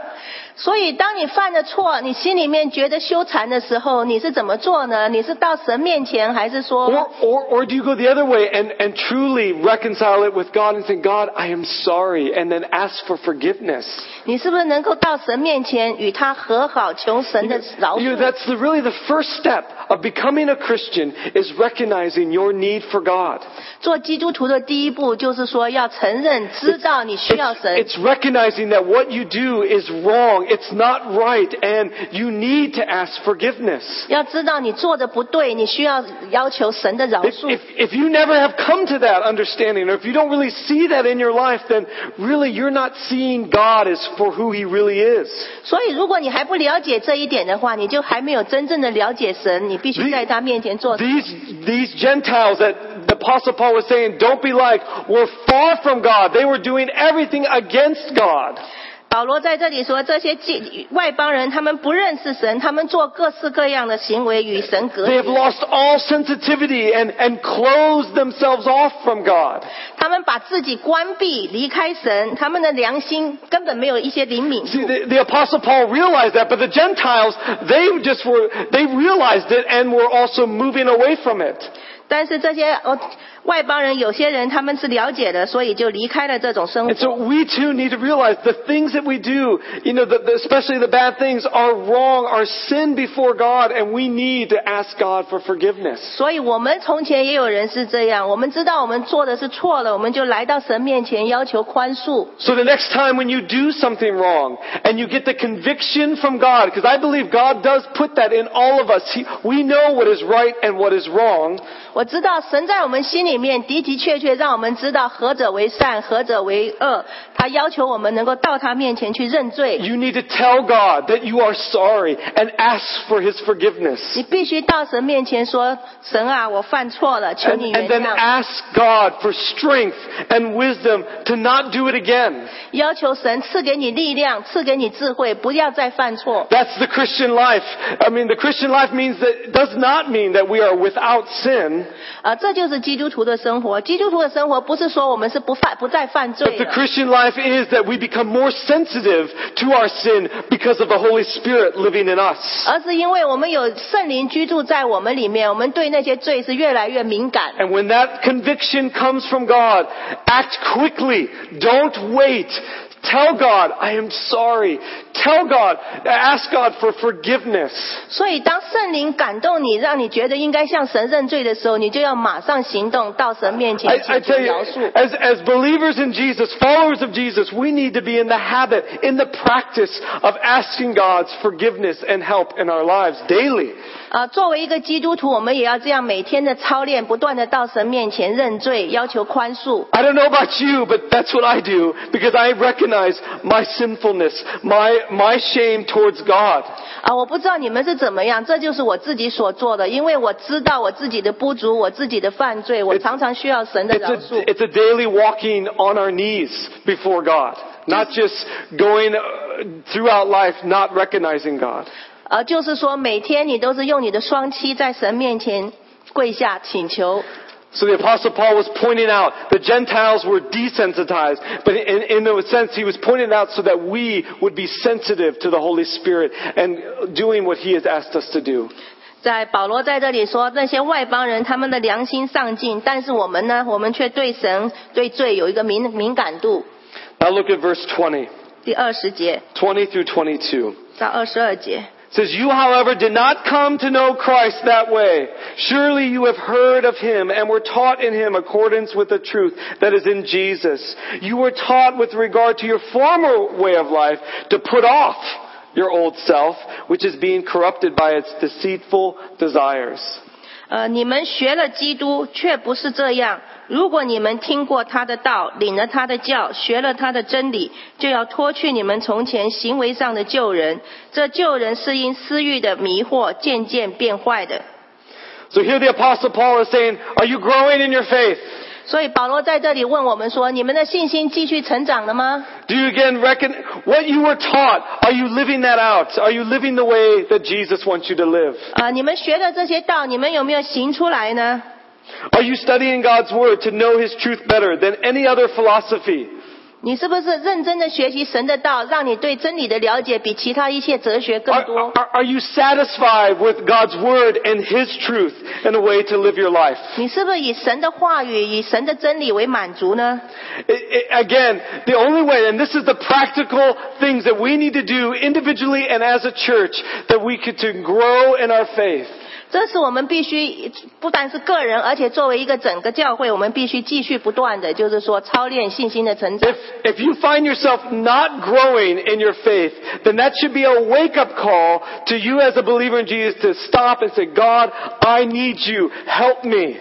[SPEAKER 2] 所以，当你犯了错，你心里面觉得羞惭的时候，你是怎么做呢？你是到神面前，还是说
[SPEAKER 1] Or, or, or do you go the other way and, and truly reconcile it with God and say, God, I am sorry, and then ask for forgiveness?
[SPEAKER 2] 你是不是能够到神面前与他和好，求神的饶
[SPEAKER 1] You know,
[SPEAKER 2] 恕？
[SPEAKER 1] that's the, really the first step of becoming a Christian is recognizing your need for God.
[SPEAKER 2] 做基督徒的第一步就是说要承认，知道你需要
[SPEAKER 1] It's,
[SPEAKER 2] 神。
[SPEAKER 1] it's recognizing that what you do is wrong, it's not right, and you need to ask forgiveness.
[SPEAKER 2] 要知道你做的不对，你需要要求神的饶
[SPEAKER 1] If,
[SPEAKER 2] 恕。
[SPEAKER 1] if, if you never have come to that understanding, or if you don't really see that in your life, then really you're not seeing God as for who He really is.
[SPEAKER 2] 所以，如果你还不了解这一点的话，你就还没有真正的了解神。你必须
[SPEAKER 1] The-
[SPEAKER 2] 在他面前做。
[SPEAKER 1] These, these Gentiles that the Apostle Paul was saying, don't be like, were far from God. They were doing everything against God.
[SPEAKER 2] 保罗在这里说，这些祭外邦人他们不认识神，他们做各式各样的行为与神隔
[SPEAKER 1] They have
[SPEAKER 2] 绝，
[SPEAKER 1] lost all sensitivity and, and closed themselves off from God.
[SPEAKER 2] 他们把自己关闭，离开神，他们的良心根本没有一些灵敏
[SPEAKER 1] See, the, the Apostle Paul realized that, but the Gentiles, they just were, they realized it and were also moving away from it.
[SPEAKER 2] 但是这些呃外邦人，有些人他们是了解的，所以就离开了这种生活
[SPEAKER 1] And。so we too need to realize the things that we do, you know, the, the, especially the bad things, are wrong, are sin before God, and we need to ask God for forgiveness.
[SPEAKER 2] 所以我们从前也有人是这样，我们知道我们做的是错了，我们就来到神面前要求宽恕。
[SPEAKER 1] So the next time when you do something wrong and you get the conviction from God, because I believe God does put that in all of us. He, we know what is right and what is wrong.
[SPEAKER 2] 我知道神在我们心里面的的确确让我们知道何者为善，何者为恶。他要求我们能够到他面前去认罪。
[SPEAKER 1] You need to tell God that you are sorry and ask for His forgiveness.
[SPEAKER 2] 你必须到神面前说：“神啊，我犯错了，求
[SPEAKER 1] And,
[SPEAKER 2] 你
[SPEAKER 1] and
[SPEAKER 2] 原
[SPEAKER 1] then
[SPEAKER 2] 谅。
[SPEAKER 1] ask God for strength and wisdom to not do it again. ”
[SPEAKER 2] 要求神赐给你力量，赐给你智慧，不要再犯错。
[SPEAKER 1] That's the Christian life. I mean, the Christian life means that does not mean that we are without sin,
[SPEAKER 2] 啊，这就是基督徒的生活。基督徒的生活不是说我们是不犯、不再犯
[SPEAKER 1] but
[SPEAKER 2] 罪
[SPEAKER 1] the
[SPEAKER 2] 的。
[SPEAKER 1] Christian life is that we become more sensitive to our sin because of the Holy Spirit living in us.
[SPEAKER 2] 而是因为我们有圣灵居住在我们里面，我们对那些罪是越来越敏感。
[SPEAKER 1] And when that conviction comes from God, act quickly. Don't wait. Tell God, I am sorry. Tell God, ask God for forgiveness.
[SPEAKER 2] 所以，当圣灵感动你，让你觉得应该向神认罪的时候，你就要马上行动，到神面
[SPEAKER 1] I,
[SPEAKER 2] 前
[SPEAKER 1] I
[SPEAKER 2] 请求
[SPEAKER 1] tell you,
[SPEAKER 2] 饶恕。
[SPEAKER 1] as, as believers in Jesus, followers of Jesus, we need to be in the habit, in the practice of asking God's forgiveness and help in our lives daily.
[SPEAKER 2] 呃，作为一个基督徒，我们也要这样每天的操练，不断的到神面前认罪，要求宽恕。
[SPEAKER 1] I don't know about you, but that's what I do because I recognize my sinfulness, my, my shame towards God.
[SPEAKER 2] 啊、我不知道你们是怎么样，这就是我自己所做的，因为我知道我自己的不足，我自己的犯罪，我
[SPEAKER 1] It's-
[SPEAKER 2] 常常需要神的
[SPEAKER 1] It's
[SPEAKER 2] 饶恕
[SPEAKER 1] a,。it's a daily walking on our knees before God, not just going uh, throughout life not recognizing God.
[SPEAKER 2] 呃，就是说每天你都是用你的双膝在神面前跪下请求。
[SPEAKER 1] So the apostle Paul was pointing out the Gentiles were desensitized, but in, in a sense he was pointing out so that we would be sensitive to the Holy Spirit and doing what he has asked us to do.
[SPEAKER 2] 在保罗在这里说，那些外邦人他们的良心上进，但是我们呢，我们却对神对罪有一个敏敏感度。
[SPEAKER 1] Now look at verse 20,
[SPEAKER 2] 第二十节
[SPEAKER 1] 20 through 22.
[SPEAKER 2] 到二十二节，
[SPEAKER 1] It says, You, however, did not come to know Christ that way. Surely you have heard of him and were taught in him accordance with the truth that is in Jesus. You were taught with regard to your former way of life to put off your old self, which is being corrupted by its deceitful desires.
[SPEAKER 2] 呃，你们学了基督，却不是这样。如果你们听过他的道，领了他的教，学了他的真理，就要脱去你们从前行为上的旧人。这旧人是因私欲的迷惑渐渐变坏的。
[SPEAKER 1] So here the apostle Paul is saying, are you growing in your faith?
[SPEAKER 2] 所以保罗在这里问我们说：你们的信心继续成长了吗？
[SPEAKER 1] Do you again reckon what you were taught? Are you living that out? Are you living the way that Jesus wants you to live?
[SPEAKER 2] 啊、你们学的这些道，你们有没有行出来呢？
[SPEAKER 1] Are you studying God's Word to know His truth better than any other philosophy?
[SPEAKER 2] 你是不是认真的学习神的道，让你对真理的了解比其他一切哲学更
[SPEAKER 1] Are,
[SPEAKER 2] 多？
[SPEAKER 1] are, are you satisfied with God's Word and His truth and a way to live your life?
[SPEAKER 2] 你是不是以神的话语、以神的真理为满足呢？
[SPEAKER 1] It- it- again, the only way, and this is the practical things that we need to do individually and as a church that we could to grow in our faith.
[SPEAKER 2] 这是我们必须不但是个人，而且作为一个整个教会，我们必须继续不断的，就是说操练信心的成长
[SPEAKER 1] If,。if you find yourself not growing in your faith, then that should be a wake up call to you as a believer in Jesus to stop and say, God, I need you. Help me.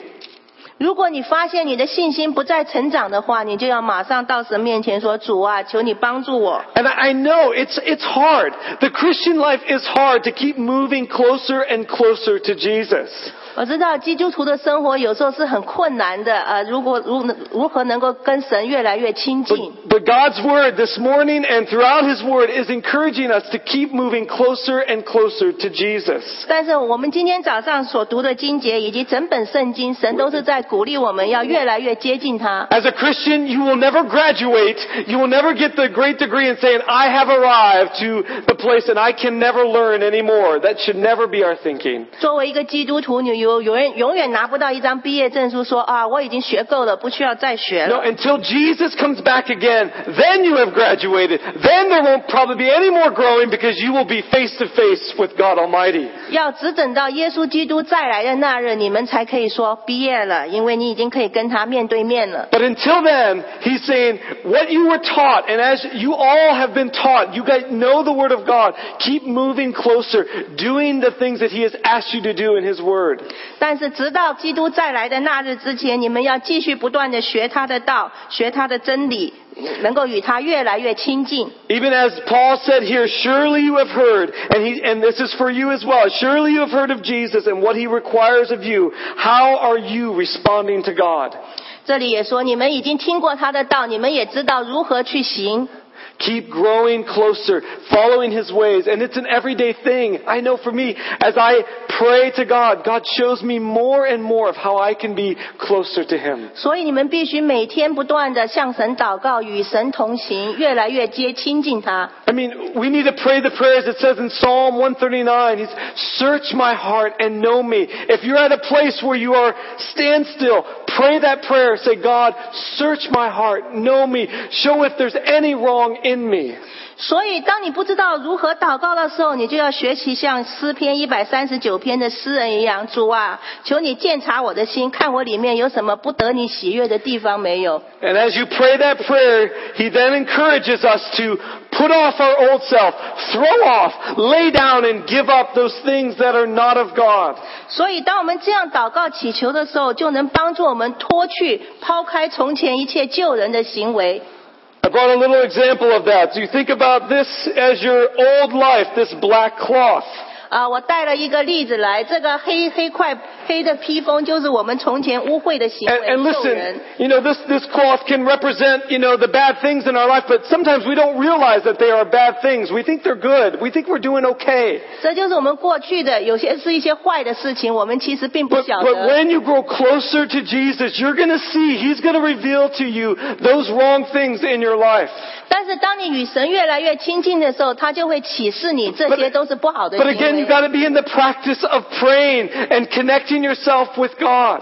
[SPEAKER 2] 如果你发现你的信心不再成长的话，你就要马上到神面前说：“主啊，求你帮助我。
[SPEAKER 1] And I I know it's, it's hard. The Christian life is hard to keep moving closer and closer to Jesus. ”
[SPEAKER 2] 我知道基督徒的生活有时候是很困难的，呃，如果如如何能够跟神越来越亲
[SPEAKER 1] But,
[SPEAKER 2] 近？
[SPEAKER 1] but God's word this morning and throughout His word is encouraging us to keep moving closer and closer to Jesus.
[SPEAKER 2] 但是我们今天早上所读的经节以及整本圣经，神都是在鼓励我们要越来越接近他。
[SPEAKER 1] As a Christian, you will never graduate. You will never get the great degree and saying, I have arrived to the place and I can never learn anymore. That should never be our thinking.
[SPEAKER 2] 作为一个基督徒，你永永远永远拿不到一张毕业证书说，啊我已经学够了，不需要再学
[SPEAKER 1] No,
[SPEAKER 2] 了。
[SPEAKER 1] until Jesus comes back again, then you have graduated. Then there won't probably be any more growing because you will be face to face with God Almighty.
[SPEAKER 2] 要只等到耶稣基督再来的那日，你们才可以说毕业了，因为你已经可以跟他面对面了。
[SPEAKER 1] But until then, he's saying, what you were taught, and as you all have been taught, you guys know the Word of God. Keep moving closer, doing the things that he has asked you to do in his Word.
[SPEAKER 2] 但是直到基督再来的那日之前，你们要继续不断的学他的道，学他的真理，能够与他越来越亲近。
[SPEAKER 1] Even as Paul said here, surely you have heard, and, he, and this is for you as well, surely you have heard of Jesus and what he requires of you. How are you responding to God?
[SPEAKER 2] 这里也说，你们已经听过他的道，你们也知道如何去行。
[SPEAKER 1] Keep growing closer, following His ways. And it's an everyday thing. I know for me, as I pray to God, God shows me more and more of how I can be closer to Him.
[SPEAKER 2] 所以你们必须每天不断的向神祷告，与神同行，越来越接亲近他。
[SPEAKER 1] I mean, we need to pray the prayers it says in Psalm 139. He's, search my heart and know me. If you're at a place where you are stand still, pray that prayer. Say, God, search my heart, know me, show if there's any wrong in me.
[SPEAKER 2] 所以，当你不知道如何祷告的时候，你就要学习像诗篇一百三十九篇的诗人一样，主啊，求你鉴察我的心，看我里面有什么不得你喜悦的地方没有。
[SPEAKER 1] And as you pray that prayer, he then encourages us to put off our old self, throw off, lay down and give up those things that are not of God.
[SPEAKER 2] 所以，当我们这样祷告祈求的时候，就能帮助我们脱去、抛开从前一切救人的行为。
[SPEAKER 1] I brought a little example of that. So you think about this as your old life, this black cloth.
[SPEAKER 2] 啊，我带了一个例子来，这个黑黑块黑的披风就是我们从前污秽的行
[SPEAKER 1] And, and
[SPEAKER 2] 为，咒人
[SPEAKER 1] listen,。you know, this, this cloth can represent, you know, the bad things in our life, but sometimes we don't realize that they are bad things. We think they're good. We think we're doing okay.
[SPEAKER 2] 这就是我们过去的，有些是一些坏的事情，我们其实并不
[SPEAKER 1] But,
[SPEAKER 2] 晓
[SPEAKER 1] but
[SPEAKER 2] 得。
[SPEAKER 1] when you grow closer to Jesus, you're going to see, He's going to reveal to you those wrong things in your life.
[SPEAKER 2] 但是当你与神越来越亲近的时候，他就会启示你，这些都是不好的
[SPEAKER 1] But again,
[SPEAKER 2] 行
[SPEAKER 1] you've
[SPEAKER 2] 为。
[SPEAKER 1] got to be in the practice of praying and connecting yourself with God.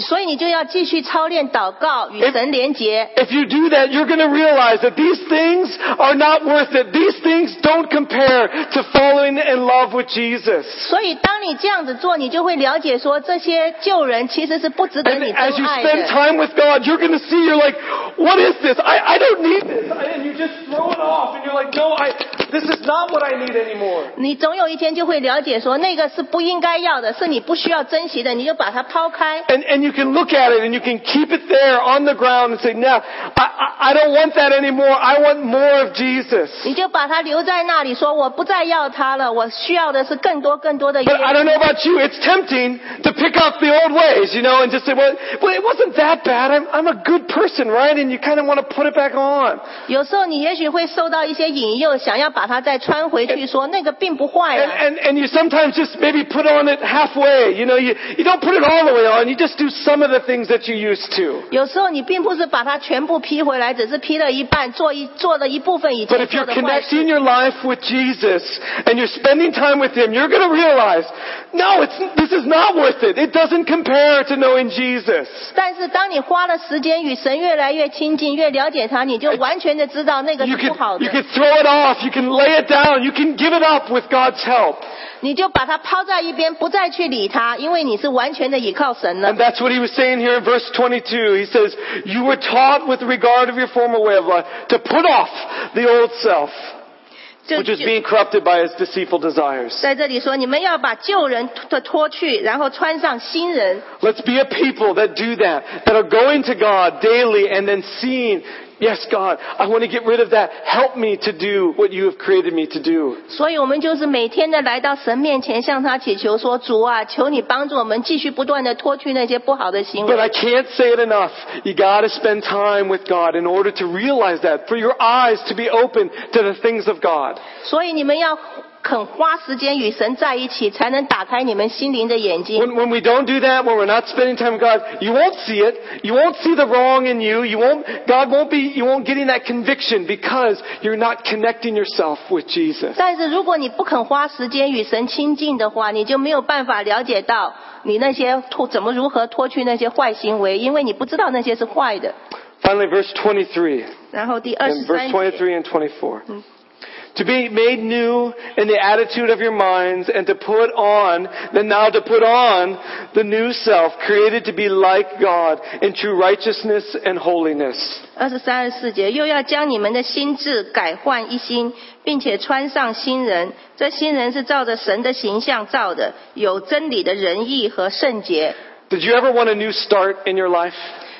[SPEAKER 2] 所以你就要继续操练祷告，与神连结。
[SPEAKER 1] If you do that, you're going to realize that these things are not worth it. These things don't compare to falling in love with Jesus.
[SPEAKER 2] 所以当你这样子做，你就会了解说，这些救人其实是不值得
[SPEAKER 1] And
[SPEAKER 2] 你
[SPEAKER 1] as
[SPEAKER 2] 真
[SPEAKER 1] you
[SPEAKER 2] 爱
[SPEAKER 1] spend
[SPEAKER 2] 的。
[SPEAKER 1] time with God, you're going to see, you're like, what is this? I, I don't need this. And you just throw it off and you're like, no, I, this is not what I need anymore.
[SPEAKER 2] 你总有一天就会了解说，那个是不应该要的，是你不需要珍惜的，你就把它抛开。
[SPEAKER 1] And, and you can look at it and you can keep it there on the ground and say, no, I, I, I don't want that anymore. I want more of Jesus.
[SPEAKER 2] 你就把它留在那里，说我不再要它了，我需要的是更多更多的耶
[SPEAKER 1] But I
[SPEAKER 2] 稣。
[SPEAKER 1] don't know about you, it's tempting to pick up the old ways, you know, and just say, well, well it wasn't that bad. I'm, I'm a good person, right? And you kind of want to put it back on.
[SPEAKER 2] 有时候你也许会受到一些引诱，想要把它再穿回去，说那个并不坏啊
[SPEAKER 1] And,
[SPEAKER 2] 了。
[SPEAKER 1] and, and you sometimes just maybe put on it halfway. You know, you, you don't put it all the way on. You just do some of the things that you used to.
[SPEAKER 2] 有时候你并不是把它全部披回来，只是披了一半，做一做了一部分以
[SPEAKER 1] But
[SPEAKER 2] 前
[SPEAKER 1] if
[SPEAKER 2] 做
[SPEAKER 1] you're
[SPEAKER 2] 的坏事。
[SPEAKER 1] connecting your life with Jesus and you're spending time with Him, you're going to realize, no, it's, this is not worth it. It doesn't compare to knowing Jesus.
[SPEAKER 2] 但是当你花了时间与神越来越亲近，越了解他，你就完全的知道那个
[SPEAKER 1] You
[SPEAKER 2] 是
[SPEAKER 1] can,
[SPEAKER 2] 不好
[SPEAKER 1] you
[SPEAKER 2] 的，
[SPEAKER 1] can throw it off. You can lay it down. You can give it up with God's help.
[SPEAKER 2] 你就把它抛在一边，不再去理它，因为你是完全的倚靠神了
[SPEAKER 1] And。that's what he was saying here in verse 22. He says, you were taught with regard of your former way of life to put off the old self.
[SPEAKER 2] 就
[SPEAKER 1] which is
[SPEAKER 2] 就
[SPEAKER 1] being corrupted by his deceitful desires.
[SPEAKER 2] 在这里说，你们要把旧人的脱去，然后穿上新人。
[SPEAKER 1] Let's be a people that do that, that are going to God daily and then seeing, yes, God, I want to get rid of that. Help me to do what you have created me to do.
[SPEAKER 2] 所以我们就是每天的来到神面前，向他祈求说：“主啊，求你帮助我们继续不断的脱去那些不好的行
[SPEAKER 1] But
[SPEAKER 2] 为。
[SPEAKER 1] I can't say it enough. You gotta spend time with God in order to realize that, for your eyes to be open to the things of God. ”
[SPEAKER 2] 所以你们要肯花时间与神在一起，才能打开你们心灵的眼睛。
[SPEAKER 1] When, when we don't do that, when we're not spending time with God, you won't see it. You won't see the wrong in you. You won't, God won't be, you won't getting that conviction because you're not connecting yourself with Jesus.
[SPEAKER 2] 但是如果你不肯花时间与神亲近的话，你就没有办法了解到你那些脱怎么如何脱去那些坏行为，因为你不知道那些是坏的。
[SPEAKER 1] Finally, verse 23.
[SPEAKER 2] 然后第二十
[SPEAKER 1] And verse
[SPEAKER 2] 三节，
[SPEAKER 1] 23 and 24. To be made new in the attitude of your minds and to put on, then now to put on the new self created to be like God in true righteousness and holiness.
[SPEAKER 2] 二十三、二十四节，又要将你们的心智改换一新，并且穿上新人。这新人是照着神的形象造的，有真理的仁义和圣洁。
[SPEAKER 1] Did you ever want a new start in your life?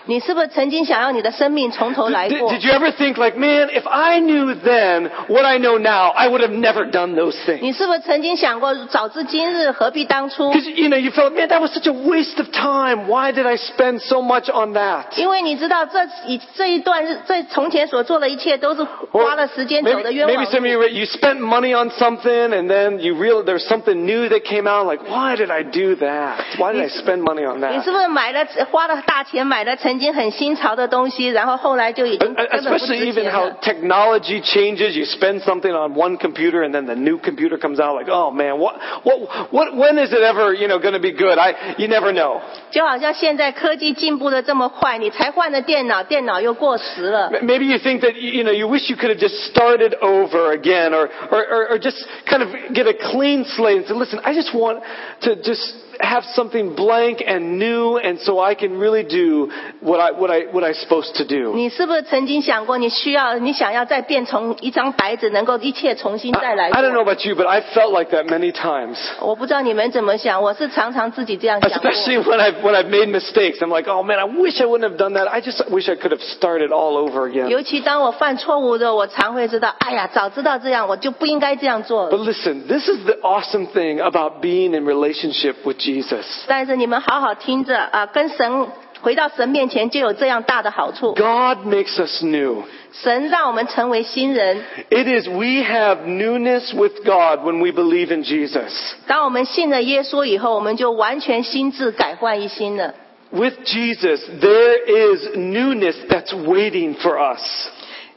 [SPEAKER 2] 你是不是曾经想要你的生命从头
[SPEAKER 1] Did,
[SPEAKER 2] 来
[SPEAKER 1] did
[SPEAKER 2] 过？
[SPEAKER 1] did you ever think like, man, if I knew then what I know now, I would have never done those things.
[SPEAKER 2] 你是不是曾经想过，早知今日何必当初？
[SPEAKER 1] Because, you know, you felt, man, that was such a waste of time. Why did I spend so much on that?
[SPEAKER 2] 因为你知道这一这一段日这从前所做的一切都是
[SPEAKER 1] Or
[SPEAKER 2] 花了时间
[SPEAKER 1] maybe,
[SPEAKER 2] 走的冤
[SPEAKER 1] maybe
[SPEAKER 2] 枉
[SPEAKER 1] some of
[SPEAKER 2] 路。
[SPEAKER 1] you you spent money on something and then you real there's something new that came out like why did I do that? Why did I spend money on
[SPEAKER 2] 你
[SPEAKER 1] that?
[SPEAKER 2] 是不是买了花了大钱买了曾经很新潮的东西，然后后来就已
[SPEAKER 1] And- and
[SPEAKER 2] 经根本不
[SPEAKER 1] uh, Especially
[SPEAKER 2] 值
[SPEAKER 1] even
[SPEAKER 2] 钱
[SPEAKER 1] how
[SPEAKER 2] 了？
[SPEAKER 1] technology changes, you spend something on one computer and then the new computer comes out like, oh man, what, what, what, when is it ever, you know, going to be good? I, you never know.
[SPEAKER 2] 就好像现在科技进步的这么快，你才换了电脑，电脑又过时了。
[SPEAKER 1] M- Maybe you think that, you know, you wish you could have just started over again or, or, or, or just kind of get a clean slate and say, listen, I just want to just have something blank and new and so I can really do what I, what I, what I'm supposed to do.
[SPEAKER 2] 你是不是曾经想过，你需要你想要再变成一张白纸，能够一切重新再
[SPEAKER 1] I,
[SPEAKER 2] 来
[SPEAKER 1] I don't know
[SPEAKER 2] 过？
[SPEAKER 1] about you, but I felt like that many times.
[SPEAKER 2] 我不知道你们怎么想，我是常常自己这样想过。
[SPEAKER 1] Especially when I've, when I've made mistakes. I'm like, oh man, I wish I wouldn't have done that. I just wish I could have started all over again.
[SPEAKER 2] 尤其当我犯错误的，我常会知道，哎呀，早知道这样，我就不应该这样做
[SPEAKER 1] But
[SPEAKER 2] 了。
[SPEAKER 1] listen, this is the awesome thing about being in relationship with Jesus.
[SPEAKER 2] 但是你们好好听着啊，跟神回到神面前就有这样大的好处。
[SPEAKER 1] God makes us new.
[SPEAKER 2] 神让我们成为新人，
[SPEAKER 1] It is we have newness with God when we believe in Jesus.
[SPEAKER 2] 当我们信了耶稣以后，我们就完全心智改换一新了。
[SPEAKER 1] With Jesus, there is newness that's waiting for us.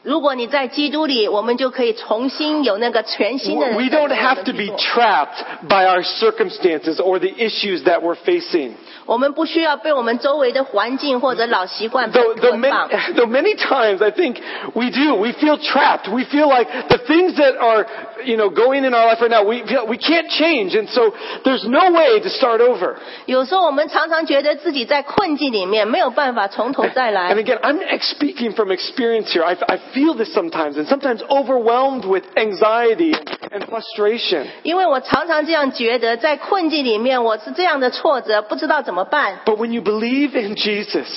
[SPEAKER 2] 如果你在基督里，我们就可以重新有那个全新的人
[SPEAKER 1] We
[SPEAKER 2] 生
[SPEAKER 1] don't have to be trapped by our circumstances or the issues that we're facing.
[SPEAKER 2] 我们不需要被我们周围的环境或者老习惯
[SPEAKER 1] Though, though,
[SPEAKER 2] 捆
[SPEAKER 1] many,
[SPEAKER 2] 绑。
[SPEAKER 1] though many times I think we do, we feel trapped. We feel like the things that are, you know, going in our life right now, we feel we can't change. And so there's no way to start over.
[SPEAKER 2] 有时候我们常常觉得自己在困境里面，没有办法从头再来
[SPEAKER 1] And。again, I'm ex- speaking from experience here. I, I feel this sometimes, and sometimes overwhelmed with anxiety and frustration.
[SPEAKER 2] 因为我常常这样觉得，在困境里面我是这样的挫折，不知道怎么办。
[SPEAKER 1] But when you believe in Jesus,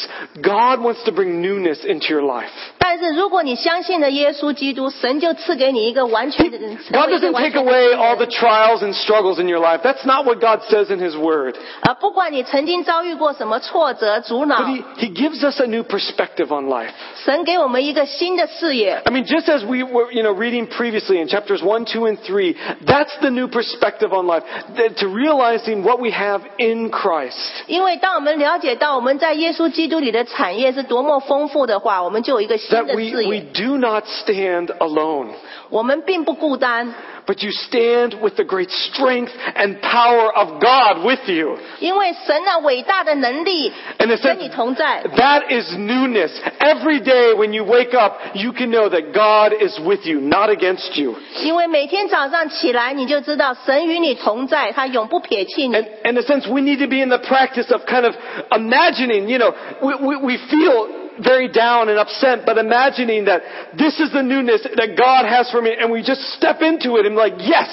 [SPEAKER 1] God wants to bring newness into your life.
[SPEAKER 2] 但是如果你相信了耶稣基督，神就赐给你一个完全的人，成
[SPEAKER 1] God
[SPEAKER 2] 为一个
[SPEAKER 1] doesn't
[SPEAKER 2] 完
[SPEAKER 1] take
[SPEAKER 2] 全的
[SPEAKER 1] away
[SPEAKER 2] 人
[SPEAKER 1] all the trials and struggles in your life. That's not what God says in His Word.
[SPEAKER 2] 呃，不管你曾经遭遇过什么挫折、阻挠
[SPEAKER 1] But，He, he gives us a new perspective on life.
[SPEAKER 2] 神给我们一个新的视野。
[SPEAKER 1] I mean, just as we were, you know, reading previously in chapters 1, 2, and 3, that's the new perspective on life, that- to realizing what we have in Christ.
[SPEAKER 2] 因为当我们了解到我们在耶稣基督里的产业是多么丰富的话，我们就有一个新
[SPEAKER 1] That
[SPEAKER 2] 的
[SPEAKER 1] we,
[SPEAKER 2] 视
[SPEAKER 1] we
[SPEAKER 2] 野。
[SPEAKER 1] do not stand alone,
[SPEAKER 2] 我们并不孤单，
[SPEAKER 1] but you stand with the great strength and power of God with you.
[SPEAKER 2] 因为神的伟大的能力
[SPEAKER 1] And it
[SPEAKER 2] 跟你
[SPEAKER 1] says,
[SPEAKER 2] 同在。
[SPEAKER 1] That is newness. Every day when you wake up, you can know that God is with you, not against you.
[SPEAKER 2] 因为每天早上起来，你就知道神与你同在，他永不撇弃你
[SPEAKER 1] And。in a sense, we need to be in the practice of kind of imagining, you know, we, we, we feel very down and upset, but imagining that this is the newness that God has for me, and we just step into it and like, yes,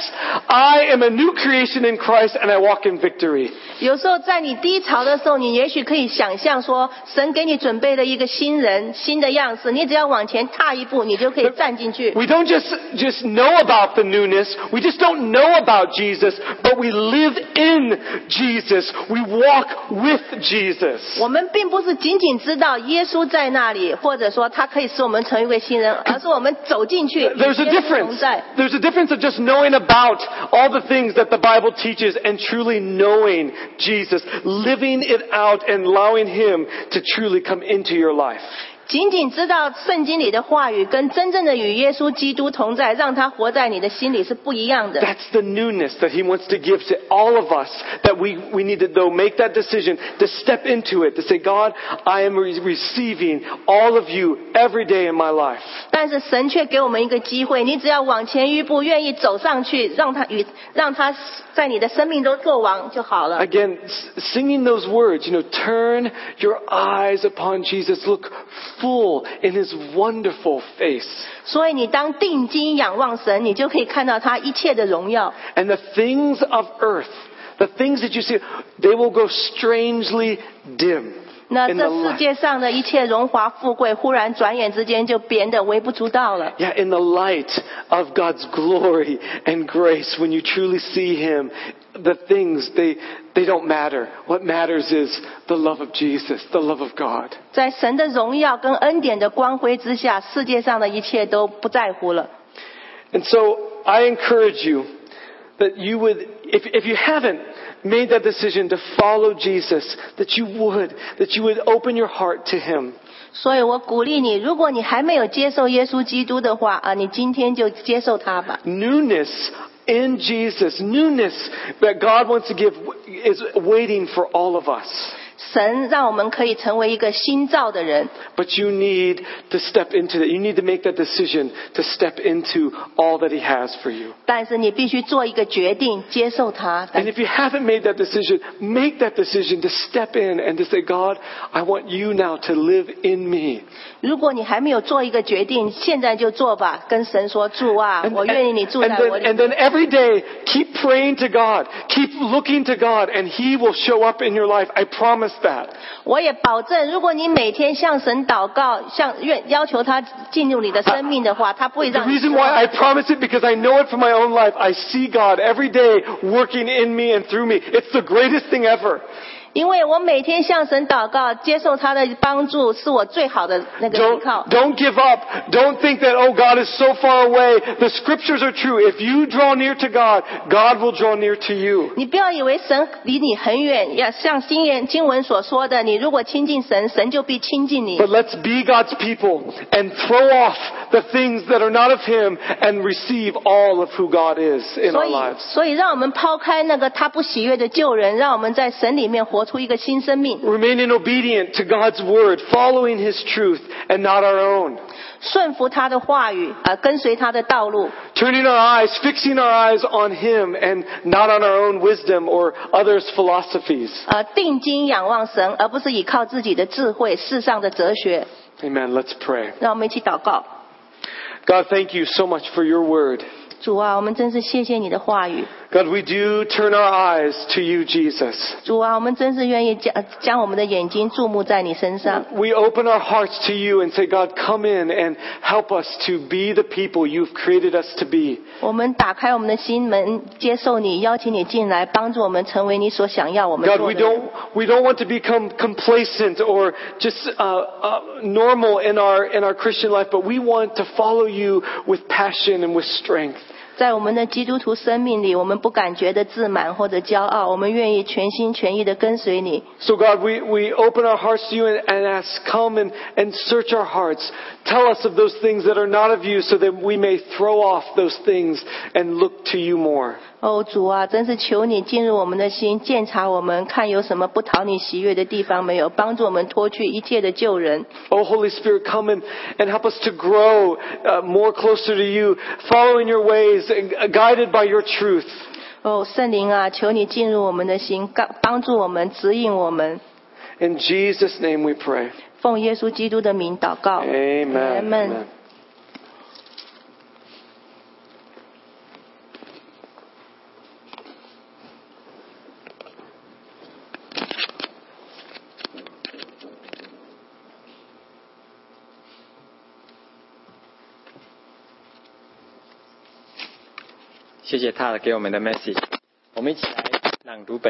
[SPEAKER 1] I am a new creation in Christ, and I walk in victory.
[SPEAKER 2] 有时候在你低潮的时候，你也许可以想象说，神给你准备了一个新人、新的样式，你只要往前踏一步，你就可以站进去。
[SPEAKER 1] We don't just, just know about the newness. We just don't know about Jesus, but we live in Jesus. We walk with Jesus.
[SPEAKER 2] 我们并不是仅仅知道耶稣在那里，或者说他可以使我们成为一个新人，而是我们走进去，与耶
[SPEAKER 1] There's a
[SPEAKER 2] 稣同
[SPEAKER 1] difference.
[SPEAKER 2] 在。
[SPEAKER 1] There's a difference of just knowing about all the things that the Bible teaches and truly knowing Jesus, living it out and allowing Him to truly come into your life.
[SPEAKER 2] 仅仅知道圣经里的话语，跟真正的与耶稣基督同在，让他活在你的心里是不一样的。
[SPEAKER 1] That's the newness that He wants to give to all of us that we, we need to though make that decision to step into it, to say, God, I am re- receiving all of you every day in my life.
[SPEAKER 2] 但是神却给我们一个机会，你只要往前一步，愿意走上去，让他与让他在你的生命中做王就好了。
[SPEAKER 1] Again, s- singing those words, you know, turn your eyes upon Jesus. Look full in his wonderful face.
[SPEAKER 2] 所以你当定睛仰望神，你就可以看到他一切的荣耀。
[SPEAKER 1] And the things of earth, the things that you see, they will go strangely dim
[SPEAKER 2] 那
[SPEAKER 1] in the
[SPEAKER 2] 这世
[SPEAKER 1] light.
[SPEAKER 2] 界上的一切荣华富贵，忽然转眼之间就变得微不足道了。
[SPEAKER 1] Yeah, in the light of God's glory and grace, when you truly see Him, the things, they, they don't matter. What matters is the love of Jesus, the love of God.
[SPEAKER 2] 在神的荣耀跟恩典的光辉之下，世界上的一切都不在乎了。
[SPEAKER 1] And so I encourage you that you would, if, if you haven't made that decision to follow Jesus, that you would, that you would open your heart to Him.
[SPEAKER 2] 所以我鼓励你，如果你还没有接受耶稣基督的话啊，你今天就接受他吧。
[SPEAKER 1] Newness in Jesus, newness that God wants to give is waiting for all of us.
[SPEAKER 2] 神让我们可以成为一个新造的人，
[SPEAKER 1] But you need to step into that. You need to make that decision to step into all that He has for you.
[SPEAKER 2] 但是你必须做一个决定，接受他。
[SPEAKER 1] And if you haven't made that decision, make that decision to step in and to say, God, I want you now to live in me.
[SPEAKER 2] 如果你还没有做一个决定，现在就做吧，跟神说：“主啊，我愿意你住
[SPEAKER 1] and
[SPEAKER 2] 在
[SPEAKER 1] then,
[SPEAKER 2] 我里。
[SPEAKER 1] and then every day, keep praying to God. Keep looking to God, and He will show up in your life. I promise that. ”
[SPEAKER 2] 我也保证，如果你每天向神祷告，向愿要求他进入你的生命的话，他不会
[SPEAKER 1] The
[SPEAKER 2] 让你失
[SPEAKER 1] reason
[SPEAKER 2] 望。
[SPEAKER 1] why I promise it because I know it from my own life. I see God every day working in me and through me. It's the greatest thing ever.
[SPEAKER 2] 因为我每天向神祷告，接受他的帮助，是我最好的那个依
[SPEAKER 1] Don't,
[SPEAKER 2] 靠。
[SPEAKER 1] don't give up. Don't think that, oh, God is so far away. The scriptures are true. If you draw near to God, God will draw near to you.
[SPEAKER 2] 你不要以为神离你很远，要像经言经文所说的，你如果亲近神，神就必亲近你
[SPEAKER 1] But。let's be God's people and throw off the things that are not of Him and receive all of who God is in
[SPEAKER 2] 所
[SPEAKER 1] our
[SPEAKER 2] 以，
[SPEAKER 1] lives.
[SPEAKER 2] 所以让我们抛开那个他不喜悦的旧人，让我们在神里面活出一个新生命，
[SPEAKER 1] Remaining obedient to God's word, following His truth and not our own.
[SPEAKER 2] 顺服他的话语，呃，跟随他的道路。
[SPEAKER 1] Turning our eyes, fixing our eyes on Him and not on our own wisdom or others' philosophies.
[SPEAKER 2] 呃，定睛仰望神，而不是依靠自己的智慧、世上的哲学。
[SPEAKER 1] Amen. Let's pray.
[SPEAKER 2] 让我们一起祷告。
[SPEAKER 1] God, thank you so much for your word.
[SPEAKER 2] 主啊，我们真是谢谢你的话语。
[SPEAKER 1] God, we do turn our eyes to you, Jesus.
[SPEAKER 2] 主啊，我们真是愿意将将我们的眼睛注目在你身上。
[SPEAKER 1] We open our hearts to you and say, God, come in and help us to be the people you've created us to be.
[SPEAKER 2] 我们打开我们的心门，接受你，邀请你进来，帮助我们成为你所想要我们
[SPEAKER 1] God,
[SPEAKER 2] 做
[SPEAKER 1] we
[SPEAKER 2] 的人。
[SPEAKER 1] don't, we don't want to become complacent or just uh, uh, normal in our, in our Christian life, but we want to follow you with passion and with strength.
[SPEAKER 2] 在我们的基督徒生命里，我们不敢觉得自满或者骄傲，我们愿意全心全意的跟随你。
[SPEAKER 1] So God, we, we open our hearts to you and, and ask, come and, and search our hearts. Tell us of those things that are not of you so that we may throw off those things and look to you more.
[SPEAKER 2] 哦，主啊，真是求你进入我们的心，鉴察我们，看有什么不讨你喜悦的地方没有，帮助我们脱去一切的旧人。
[SPEAKER 1] Oh, Holy Spirit, come and, and help us to grow uh, more closer to you, following your ways, and uh, guided by your truth.
[SPEAKER 2] 哦，圣灵啊，求你进入我们的心，帮帮助我们，指引我们。
[SPEAKER 1] In Jesus' name we pray.
[SPEAKER 2] 奉耶稣基督的名祷告。
[SPEAKER 1] Amen.
[SPEAKER 2] Amen.
[SPEAKER 1] Amen.
[SPEAKER 3] 谢谢 t a 给我们的 message。我们一起来朗读本。